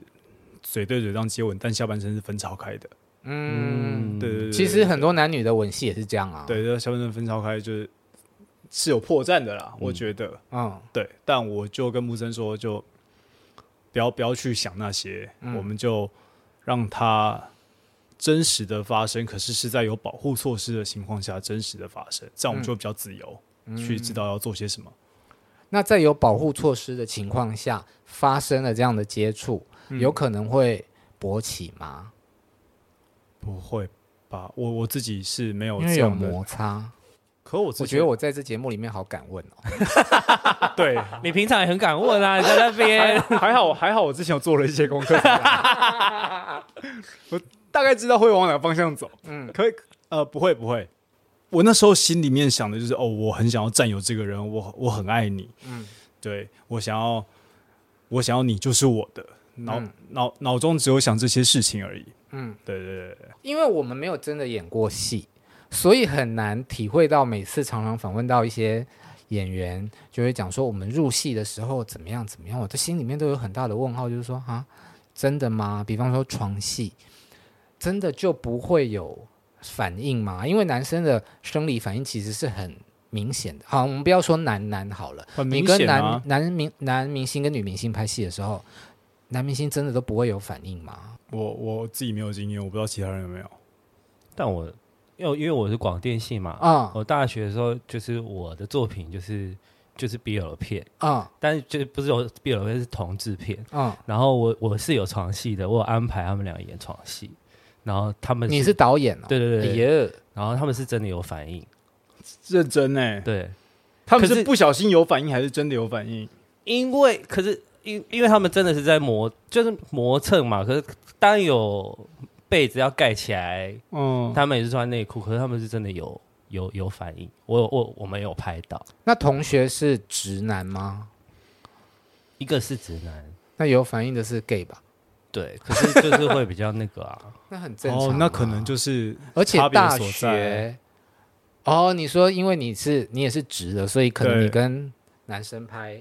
S1: 嘴对嘴这样接吻，但下半身是分叉开的。
S2: 嗯，
S1: 对对对，
S2: 其实很多男女的吻戏也是这样啊。，
S1: 对，这下半身分叉开就是是有破绽的啦，我觉得。
S2: 嗯，
S1: 对，但我就跟木森说，就不要不要去想那些，
S2: 嗯
S1: 我们就让它真实的发生，可是是在有保护措施的情况下真实的发生，这样我们
S2: 嗯
S1: 就会比较自由、去知道要做些什么。
S2: 那在有保护措施的情况下发生了这样的接触，有可能会勃起吗？
S1: 不会吧？我我自己是没有
S2: 因
S1: 这
S2: 为有
S1: 样的，
S2: 摩擦。
S1: 可我自己
S2: 我觉得我在这节目里面好敢问哦。
S1: 对
S5: 你平常也很敢问啊，你在那边
S1: 还好还好，我之前有做了一些功 课，我大概知道会往哪个方向走。
S2: 嗯
S1: 嗯，可以，呃，不会不会。我那时候心里面想的就是，哦，我很想要占有这个人，我我很爱你，
S2: 嗯
S1: 对我想要，我想要你就是我的，脑
S2: 嗯
S1: 脑脑中只有想这些事情而已。
S2: 嗯，
S1: 对对对对，
S2: 因为我们没有真的演过戏，所以很难体会到每次常常访问到一些演员，就会讲说我们入戏的时候怎么样怎么样，我的心里面都有很大的问号，就是说啊，真的吗？比方说床戏，真的就不会有反应吗？因为男生的生理反应其实是很明显的。好，我们不要说男男好了，
S1: 很
S2: 你
S1: 明
S2: 跟
S1: 显
S2: 男、
S1: 啊，
S2: 男明男明星跟女明星拍戏的时候，男明星真的都不会有反应吗？
S1: 我我自己没有经验，我不知道其他人有没有。
S5: 但我因为因为我是广电系嘛，
S2: 啊、
S5: 我大学的时候就是我的作品就是就是 BL 片，
S2: 啊
S5: 但是就是不是有 BL 片是同志片，
S2: 啊！
S5: 然后我我是有床戏的，我有安排他们俩演床戏，然后他
S1: 呃
S5: 们
S2: 你是导演哦？
S5: 对对对对
S2: 哎呀，
S5: 然后他们是真的有反应，
S1: 认真呢，
S5: 对，
S1: 他们
S5: 可
S1: 是
S5: 是
S1: 不小心有反应，还是真的有反应？
S5: 因为可是因因为他们真的是在磨，就是磨蹭嘛。可是当有被子要盖起来，
S1: 嗯，
S5: 他们也是穿内裤，可是他们是真的有有有反应。我有我我们有拍到，
S2: 那同学是直男吗？
S5: 一个是直男，
S2: 那有反应的是 gay 吧？
S5: 对，可是就是会比较那个啊，
S2: 那很正常啊、
S1: 哦，那可能就是
S2: 而且
S1: 差别
S2: 大
S1: 所在
S2: 学哦，你说因为你是你也是直的，所以可能
S1: 对
S2: 你跟男生拍，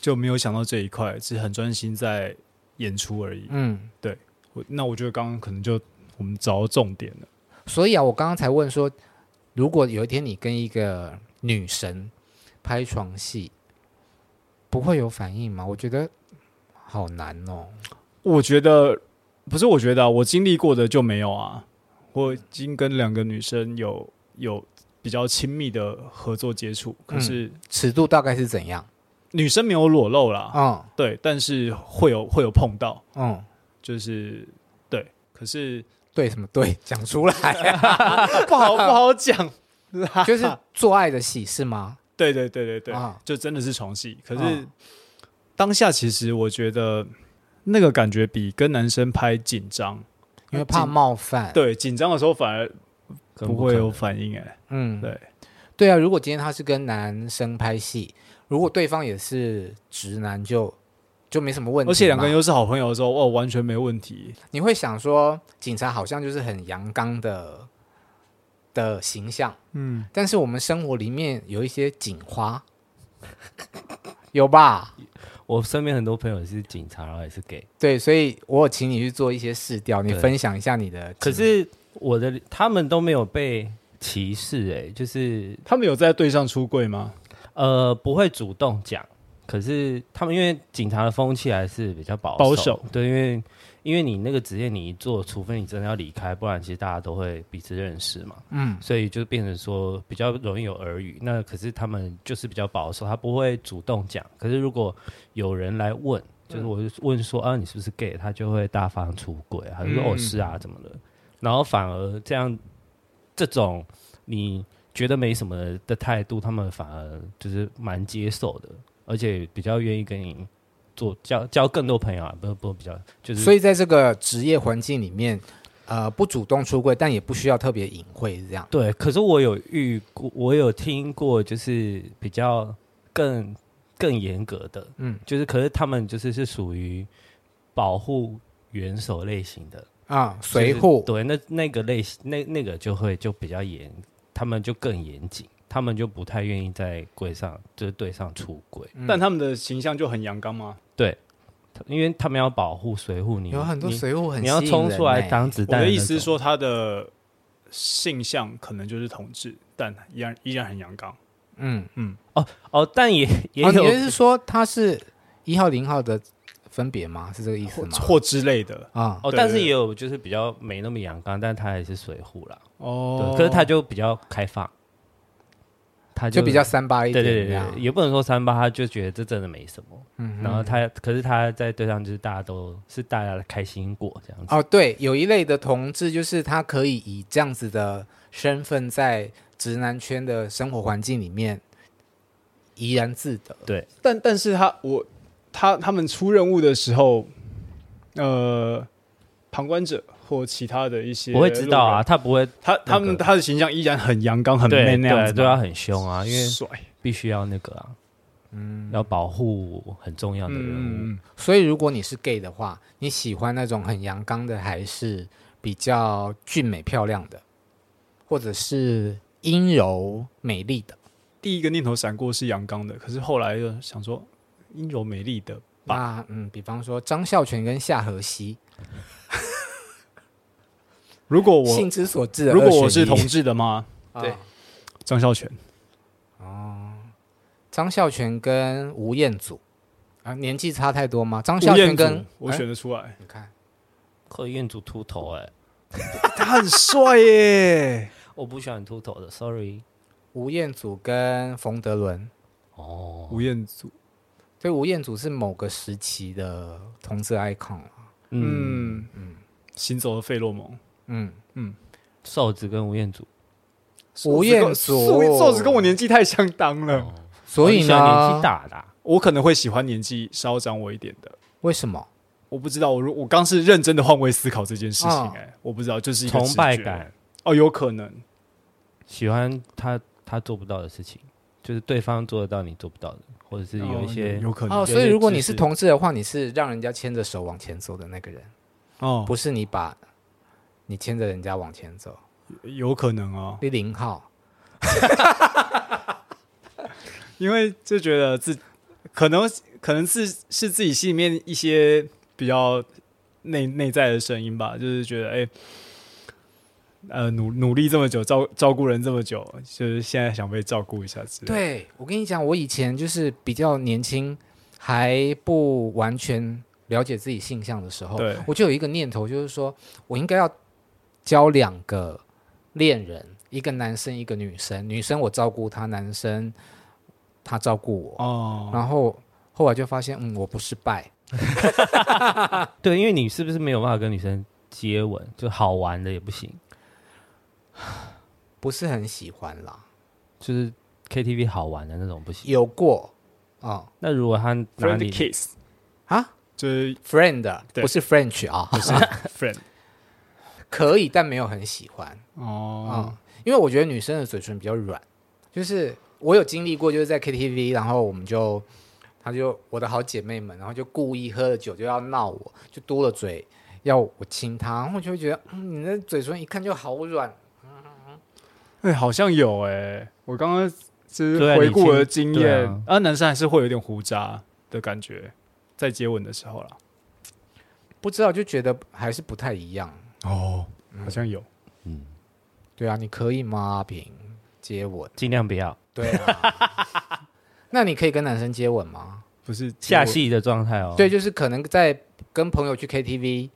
S1: 就没有想到这一块，只很专心在演出而已。
S2: 嗯，
S1: 我那我觉得刚刚可能就我们找到重点了。
S2: 所以啊，我刚刚才问说，如果有一天你跟一个女神拍床戏，不会有反应吗？我觉得好难哦。
S1: 我觉得不是，我觉得、啊、我经历过的就没有啊。我已经跟两个女生有有比较亲密的合作接触，可是
S2: 尺度大概是怎样？
S1: 女生没有裸露啦，
S2: 嗯
S1: 对，但是会有会有碰到，
S2: 嗯，
S1: 就是对，可是
S2: 对什么对？讲出来。
S1: 不好不好讲。
S2: 就是做爱的戏是吗？
S1: 对对对对对，
S2: 啊
S1: 就真的是床戏。可是、
S2: 啊
S1: 当下其实我觉得那个感觉比跟男生拍紧张，
S2: 因为怕
S1: 紧
S2: 冒犯。，
S1: 对紧张的时候反而
S5: 更
S1: 不
S5: 可
S1: 会
S5: 能
S1: 有反应哎、
S2: 嗯，
S1: 对
S2: 对啊，如果今天他是跟男生拍戏，如果对方也是直男就，就没什么问题
S1: 而
S2: 嘛。
S1: 且两个人又是好朋友的时候，哇，完全没问题。
S2: 你会想说，警察好像就是很阳刚的的形象，
S1: 嗯，
S2: 但是我们生活里面有一些警 花，有吧？
S5: 我身边很多朋友是警察，然后也是 gay，
S2: 对，所以我有请你去做一些试调，你
S5: 对
S2: 分享一下你的。
S5: 可是我的他们都没有被歧视、欸，哎，就是
S1: 他们有在对上出柜吗？
S5: 呃不会主动讲，可是他们因为警察的风气还是比较保守，
S1: 保守
S5: 对，因为因为你那个职业你一做，除非你真的要离开，不然其实大家都会彼此认识嘛，
S2: 嗯，
S5: 所以就变成说比较容易有耳语。那可是他们就是比较保守，他不会主动讲。可是如果有人来问，就是我就问说、啊，你是不是 gay？他就会大方出轨，他就说、
S1: 嗯
S5: 哦是啊，怎么了？然后反而这样，这种你觉得没什么的态度，他们反而就是蛮接受的，而且比较愿意跟你做交交更多朋友啊，不不比较就是
S2: 所以在这个职业环境里面，呃，不主动出柜，但也不需要特别隐晦，是这样。
S5: 对，可是我有遇过，我有听过，就是比较更更严格的，
S2: 嗯
S5: 就是可是他们就是是属于保护元首类型的，
S2: 啊，随
S5: 就是
S2: 护
S5: 对，那那个类型，那那个就会就比较严，他们就更严谨，他们就不太愿意在柜上就是对上出轨，
S2: 嗯
S1: 但他们的形象就很阳刚吗？
S5: 因为他们要保护随护你，
S2: 有很多
S5: 你
S2: 随护很
S5: 你要
S2: 吸引
S5: 冲
S2: 人
S5: 出来
S2: 欸
S5: 挡子
S1: 我
S5: 弹。
S1: 的意思是，说，他的性向可能就是同志，但依然依然很阳刚。
S2: 嗯，
S5: 哦，但也也
S2: 哦，你
S5: 有
S2: 就是说他是一号零号的分别吗？是这个意思
S1: 或
S2: 吗？
S1: 或之类的
S2: 啊、
S5: 哦，
S1: 对
S5: 但
S1: 对
S5: 是
S1: 对
S5: 也有就是比较没那么阳刚，但他还是随护啦。
S1: 哦
S5: 对，可是他就比较开放，他
S2: 就
S5: 就
S2: 比较三八一
S5: 对对
S2: 点这
S5: 对对，
S2: 样。
S5: 也不能说三八，他就觉得这真的没什么。
S2: 嗯
S5: 然
S2: 哼
S5: 后他，可是他在对上就是大家都是大家的开心果这样子。
S2: 哦，对，有一类的同志就是他可以以这样子的身份在直男圈的生活环境里面怡然自得。
S1: 但但是他我他他们出任务的时候，呃，旁观者或其他的一些，
S5: 我会知道啊，，他不会
S1: 他他们
S5: 那个
S1: 他的形象依然很阳刚，很
S5: 对
S1: man 那样
S5: 对
S1: 子
S5: 对他
S1: 吗，
S5: 很凶啊，因为
S1: 帅，
S5: 必须要那个啊，嗯，要保护很重要的人物。
S1: 嗯，
S2: 所以如果你是 gay 的话，你喜欢那种很阳刚的，还是比较俊美漂亮的，或者是阴柔美丽的？
S1: 第一个念头闪过是阳刚的，可是后来又想说阴柔美丽的，吧
S2: 那嗯，比方说张孝全跟夏荷西，
S1: 如果我
S2: 性之所至的
S1: 如果我是
S2: 二选
S1: 同
S2: 一，
S1: 志的吗？
S5: 对
S2: 啊
S1: 张孝全，
S2: 张孝全跟吴彦祖啊，年纪差太多吗？张孝
S1: 吴彦祖
S2: 全跟
S1: 我
S2: 哎
S1: 选得出来，
S2: 你看，
S5: 可以彦祖秃头哎，
S1: 他很帅耶，
S5: 我不喜欢秃头的，sorry。
S2: 吴彦祖跟冯德伦，
S5: 哦，
S1: 吴彦祖，
S2: 所以吴彦祖是某个时期的同志 icon 啊
S5: 嗯，
S1: 嗯行走的费洛蒙，
S2: 嗯，
S5: 瘦子跟吴彦祖，
S2: 吴彦祖哦
S1: 瘦子跟瘦子跟我年纪太相当了，
S2: 所
S1: 哦
S2: 以
S5: 你喜欢年
S2: 呢
S5: 纪，大的啊，
S1: 我可能会喜欢年纪稍长我一点的。
S2: 为什么？
S1: 我不知道，我如我刚是认真的换位思考这件事情、
S2: 哦
S1: 哎、我不知道，就是一个
S5: 崇拜
S1: 直觉
S5: 感。
S1: 哦，有可能，
S5: 喜欢他他做不到的事情，就是对方做得到你做不到的，或者是有一
S1: 哦
S5: 些、
S1: 有可能
S2: 哦，
S1: 哦
S5: 些
S2: 所以如果
S5: 知
S2: 你是
S5: 识
S2: 同志的话，你是让人家牵着手往前走的那个人，
S1: 哦
S2: 不是你把你牵着人家往前走。
S1: 有可能哦，
S2: 第零号，
S1: 因为就觉得自可能可能是是自己心里面一些比较内内在的声音吧，就是觉得哎、呃，努努力这么久，照照顾人这么久，就是现在想被照顾一下之类的。
S2: 对我跟你讲，我以前就是比较年轻，还不完全了解自己性向的时候，
S1: 对
S2: 我就有一个念头，就是说我应该要交两个恋人，一个男生，一个女生。女生我照顾她，男生他照顾我。
S1: 哦，
S2: 然后后来就发现，嗯，我不是败，
S5: 对，因为你是不是没有办法跟女生接吻，就好玩的也不行，
S2: 不是很喜欢啦。
S5: 就是 KTV 好玩的那种不行。
S2: 有过啊、
S5: 那如果他拿
S1: friend
S5: 你
S1: kiss
S2: 啊
S1: 就是
S2: ，friend
S1: 对
S2: 不是 French 啊、
S1: 不是 friend
S2: 可以，但没有很喜欢
S1: 哦
S5: 嗯
S2: 啊、因为我觉得女生的嘴唇比较软，就是我有经历过，就是在 KTV，然后我们就，他就我的好姐妹们，然后就故意喝了酒就要闹我，就嘟了嘴要我亲她，然后我就会觉得，嗯，你那嘴唇一看就好软，
S1: 哎、好像有哎、我刚刚只
S5: 对
S1: 是
S5: 啊
S1: 回
S5: 你
S1: 顾
S5: 亲
S1: 我的经
S5: 对
S1: 验
S5: 啊，
S1: 啊，男生还是会有点胡渣的感觉，在接吻的时候啦。
S2: 不知道就觉得还是不太一样。
S1: 哦，好像有。
S5: 嗯，
S2: 对啊，你可以吗？阿平接吻？
S5: 尽量不要
S2: 对啊， 那你可以跟男生接吻吗？
S1: 不是接
S5: 下
S1: 吻
S5: 戏的状态哦。
S2: 对，，就是可能在跟朋友去 KTV，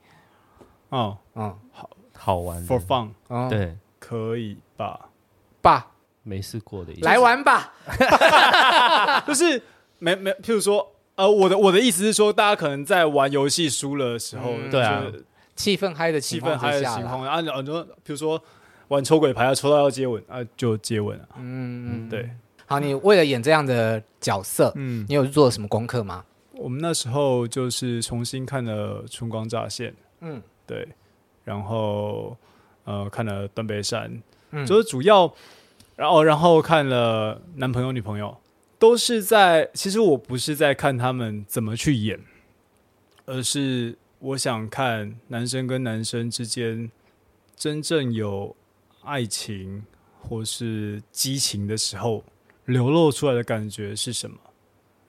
S1: 哦
S2: 嗯
S5: 好玩的
S1: ，for fun
S2: 嗯，
S5: 对，
S1: 可以吧？
S2: 爸
S5: 没试过的意思。
S2: 来玩吧，
S1: 就是没没，譬如说，呃，我的我的意思是说，大家可能在玩游戏输了的时候，
S2: 嗯
S5: 对啊
S1: 就是
S2: 气氛嗨的情
S1: 气
S2: 况
S1: 氛
S2: 之
S1: 还有
S2: 下
S1: 情
S2: 啦
S1: 况啊，然后你说，比如说玩抽鬼牌啊，抽到要接吻啊，就接吻啊，
S2: 嗯，嗯，
S1: 对，
S2: 好，你为了演这样的角色，
S1: 嗯，
S2: 你有做什么功课吗？
S1: 我们那时候就是重新看了《春光乍现》，
S2: 嗯
S1: 对，然后呃看了《断背山》
S2: 嗯，
S1: 就是主要，然后然后看了男朋友女朋友，都是在其实我不是在看他们怎么去演，而是我想看男生跟男生之间真正有爱情或是激情的时候流露出来的感觉是什么。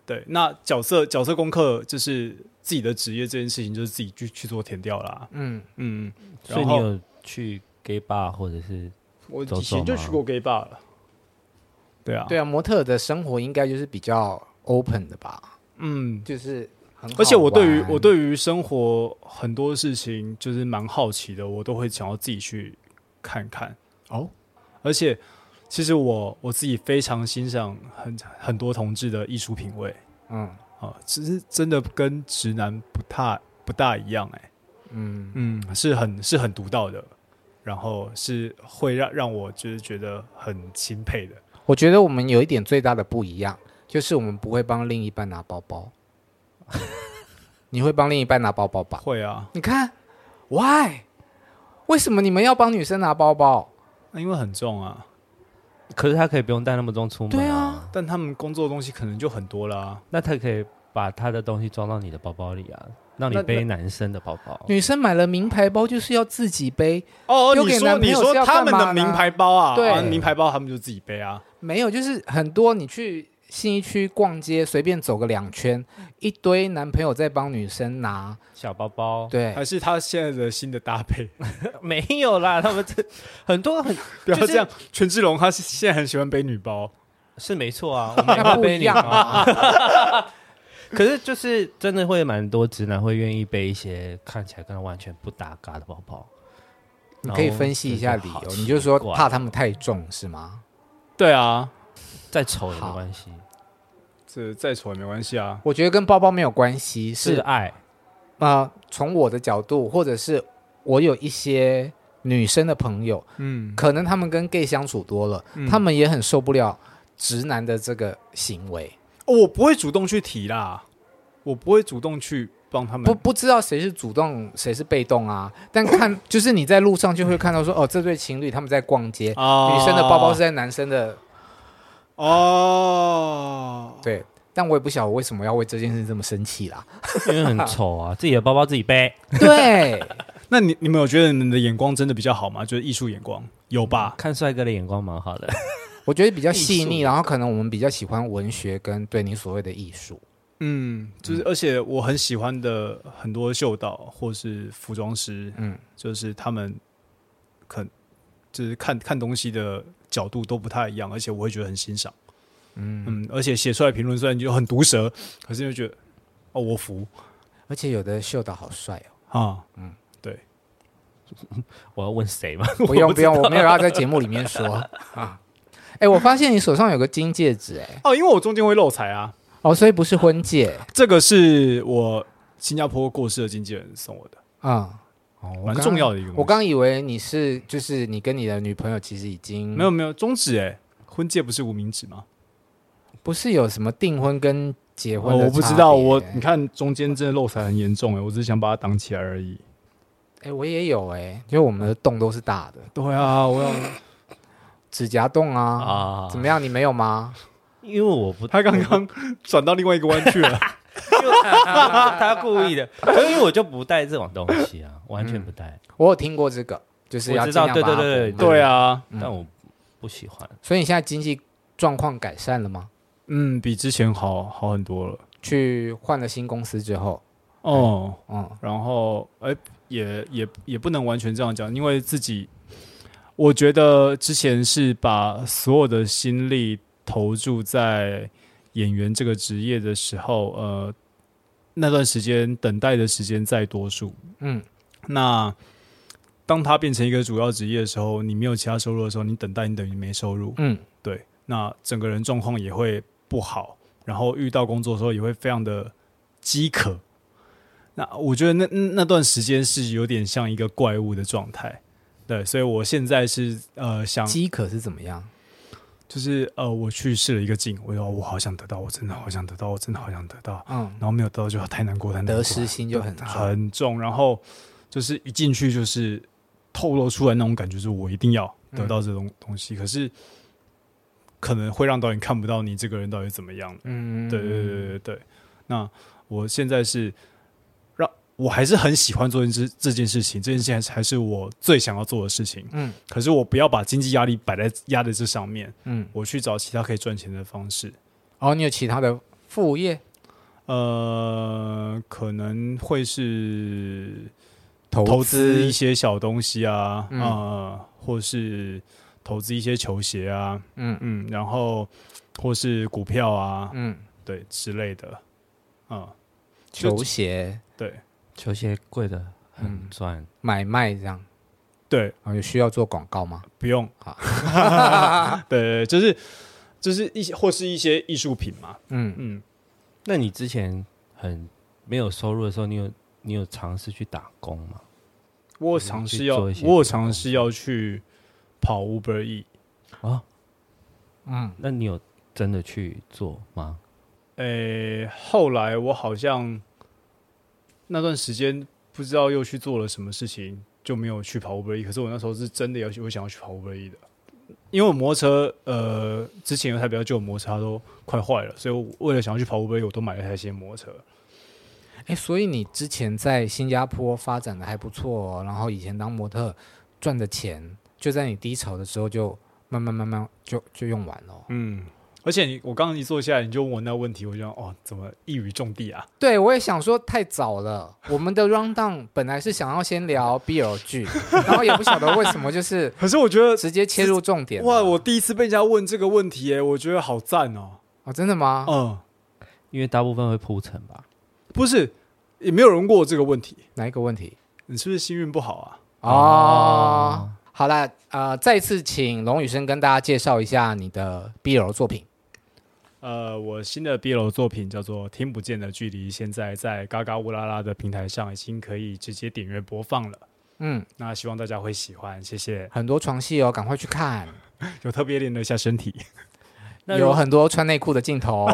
S1: 对，那角色角色功课就是自己的职业这件事情，就是自己去去做填掉啦。
S2: 嗯，
S1: 嗯，
S5: 所以
S1: 然
S5: 你
S1: 后
S5: 有去 gay bar 或者是
S1: 我
S5: 走
S1: 以前
S5: 走
S1: 就
S5: 吗
S1: 去过 gay bar 了。对啊，
S2: 对啊，模特的生活应该就是比较 open 的吧，
S1: 嗯，
S2: 就是很好玩，
S1: 而且我对于我对于生活很多事情就是蛮好奇的，我都会想要自己去看看。
S2: 哦，
S1: 而且其实我我自己非常欣赏很很多同志的艺术品味
S2: 嗯
S1: 啊，只是真的跟直男不太不大一样哎、
S2: 嗯
S1: 嗯，是很是很独到的，然后是会让让我就是觉得很钦佩的。
S2: 我觉得我们有一点最大的不一样，就是我们不会帮另一半拿包包。 你会帮另一半拿包包吧？
S1: 会啊，
S2: 你看，why？为什么你们要帮女生拿包包？
S1: 那因为很重啊，
S5: 可是他可以不用带那么重出门、
S2: 对啊，
S1: 但他们工作的东西可能就很多啦、
S5: 那他可以把他的东西装到你的包包里啊，让你
S1: 那
S5: 背男生的包包。
S2: 女生买了名牌包就是要自己背，
S1: 哦，
S2: 丢
S1: 你
S2: 给
S1: 说
S2: 男朋
S1: 你
S2: 友
S1: 说
S2: 是要
S1: 他
S2: 干
S1: 们
S2: 嘛
S1: 的
S2: 呢
S1: 名牌包啊，
S2: 对
S1: 啊名牌包他们就自己背啊，
S2: 没有，就是很多你去信义区逛街，随便走个两圈，一堆男朋友在帮女生拿，
S5: 小包包，
S2: 对
S1: 还，是他现在的新的搭配？
S5: 没有啦，他们这很多很
S1: 不要
S5: 就是
S1: 这样，权志龙他是现在很喜欢背女包，
S5: 是没 错啊，我们也
S2: 那
S5: 会
S2: 不
S5: 背
S2: 一
S5: 你
S2: 样
S5: 吗？
S2: 啊。
S5: 可是就是真的会蛮多直男会愿意背一些看起来跟他完全不搭嘎的包包。
S2: 你可以分析一下理由，
S1: 嗯
S2: 你就说怕他们太重是吗？
S1: 对啊，
S5: 再丑也没
S2: 好
S5: 关系，
S1: 这再丑也没关系啊，
S2: 我觉得跟包包没有关系，
S5: 是
S2: 是
S5: 爱。
S2: 呃，从我的角度，或者是我有一些女生的朋友，
S1: 嗯，
S2: 可能他们跟 gay 相处多了，
S1: 嗯
S2: 他们也很受不了直男的这个行为，
S1: 哦我不会主动去提啦，我不会主动去帮他们，
S2: 不不知道谁是主动谁是被动啊。但看 就是你在路上就会看到说，哦，这对情侣他们在逛街，
S1: 啊
S2: 女生的包包是在男生的，
S1: 哦，
S2: 对。但我也不晓得我为什么要为这件事这么生气 啦。
S5: 因为很丑 啊，自己的包包自己背。
S2: 对，
S1: 那你你们有觉得你们的眼光真的比较好吗？就是艺术眼光有吧？
S5: 看帅哥的眼光蛮 好的，
S2: 我觉得比较
S5: 艺
S2: 细
S5: 术
S2: 腻，然后可能我们比较喜欢文学跟对你所谓的艺术。
S1: 嗯，就是而且我很喜欢的很多秀导或是服装师，
S2: 嗯，
S1: 就是他们肯就是看看东西的角度都不太一样，而且我会觉得很欣赏。嗯而且写出来评论虽然就很毒舌，可是就觉得哦，我服
S2: 而且有的秀导好帅哦。
S1: 啊，
S5: 我要问谁嘛？
S2: 不用不用， 我没有要在节目里面 说啊。哎、我发现你手上有个金戒指、哎，
S1: 哦，因为我中间会漏财啊，
S2: 哦，所以不是婚戒，
S1: 这个是我新加坡过世的经纪人送我的，
S2: 嗯，哦，我
S1: 蛮
S2: 刚
S1: 重。要的一个东西。
S2: 我刚以为你是，就是你跟你的女朋友其实已经
S1: 没有，没有中指哎、婚戒不是无名指吗？
S2: 不是有什么订婚跟结婚
S1: 哦
S2: 的、
S1: 我不知道，我你，看中间真的漏财很严重哎、我只是想把它挡起来而已。
S2: 哎、我也有、哎，因为我们的洞都是大的，
S1: 对啊，我要
S2: 指甲洞啊，
S5: 啊
S2: 怎么样？你没有吗？
S5: 因为我不，
S1: 他刚 刚转到另外一个弯去 了。
S5: 因为他他他故意的，可是因为我就不带这种东西啊，完全不带，
S2: 我有听过这个，就是要
S5: 我知道
S2: 尽量把它
S5: 对对对
S2: 补满
S1: 对啊，
S2: 嗯
S5: 但我不喜欢。
S2: 所以你现在经济状况改善了吗？
S1: 嗯，比之前好好很多了。
S2: 去换了新公司之后，
S1: 哦，
S2: 嗯，
S1: 然后哎、也也也不能完全这样讲，因为自己，我觉得之前是把所有的心力投注在演员这个职业的时候，呃，那段时间等待的时间在多数，
S2: 嗯，
S1: 那当它变成一个主要职业的时候，你没有其他收入的时候，你等待你等于没收入，
S2: 嗯，
S1: 对，那整个人状况也会不好，然后遇到工作的时候也会非常的饥渴。那我觉得那那那段时间是有点像一个怪物的状态，对，所以我现在是呃想
S2: 饥渴是怎么样？
S1: 就是呃我去试了一个劲，我说我好想得到，我真的好想得到，我真的好想得到，
S2: 嗯，
S1: 然后没有得到就太难过，太难过
S2: 得
S1: 了，
S2: 失心就很重。
S1: 啊很重，然后就是一进去就是透露出来那种感觉，就是我一定要得到这种东西，可是可能会让导演看不到你这个人到底怎么样。
S2: 嗯，
S1: 对对对对对对。那我现在是让我还是很喜欢做这这件事情，这件事情还是还是我最想要做的事情。
S2: 嗯
S1: 可是我不要把经济压力摆在压在这上面，
S2: 嗯。
S1: 我去找其他可以赚钱的方式。
S2: 哦，你有其他的副业、
S1: 呃，可能会是
S2: 投
S1: 投资一些小东西啊，
S2: 嗯
S1: 呃，或是投资一些球鞋啊，
S2: 嗯
S1: 嗯，然后或是股票啊，
S2: 嗯，
S1: 对之类的，嗯，就
S2: 球鞋
S1: 对
S5: 球鞋贵的
S2: 嗯
S5: 很赚，
S2: 买卖这样，
S1: 对，
S2: 哦，有需要做广告吗？
S1: 不用
S2: 好，
S1: 对对，对就是就是一些或是一些艺术品嘛，
S2: 嗯，
S1: 嗯，
S5: 那你之前很没有收入的时候，你有你有尝试去打工吗？
S1: 我有尝试要，
S5: 做一些
S1: 我有尝试要去跑 Uber E，
S5: 啊，
S2: 嗯，
S5: 那你有真的去做吗？
S1: 诶、后来我好像那段时间不知道又去做了什么事情，就没有去跑 Uber E。可是我那时候是真的要去，我想要去跑 Uber E 的，因为我摩托车呃之前有台比较旧的摩托车它都快坏了，所以我为了想要去跑 Uber E，我都买了一台新摩托车。
S2: 哎，所以你之前在新加坡发展的还不错、哦，然后以前当模特赚的钱，就在你低潮的时候就慢慢慢慢就就用完了哦。
S1: 嗯，而且你我刚刚一坐下来你就问我那个问题，我就想哦，怎么一语中的啊？
S2: 对，我也想说太早了。我们的 round down 本来是想要先聊 BL 剧，然后也不晓得为什么就是
S1: 可是我觉得
S2: 直接切入重点了。啊
S1: 哇，我第一次被人家问这个问题耶，我觉得好赞哦。
S2: 哦，真的吗？
S1: 嗯，
S5: 因为大部分会铺陈吧。
S1: 不是，也没有人问过我这个问题。
S2: 哪一个问题？
S1: 你是不是幸运不好啊？
S2: 哦
S5: 哦，
S2: 好啦，呃，再次请龙宇生跟大家介绍一下你的 BL 作品。
S1: 呃，我新的 BL 作品叫做《听不见的距离》，现在在嘎嘎乌拉拉的平台上已经可以直接点阅播放了。
S2: 嗯，
S1: 那希望大家会喜欢，谢谢。
S2: 很多床戏哦，赶快去看，
S1: 有特别练了一下身体，
S5: 那如
S2: 有啊很多穿内裤的镜头。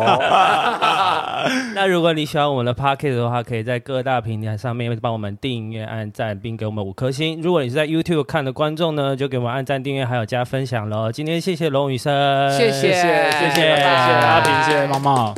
S5: 那如果你喜欢我们的 p o c k e t 的话，可以在各大平台上面帮我们订阅、按赞，并给我们五颗星。如果你是在 YouTube 看的观众呢，就给我们按赞、订阅，还有加 分享喽。今天谢谢龙宇生，
S2: 谢谢
S1: 谢谢
S5: 谢
S1: 谢谢阿平，谢谢猫猫。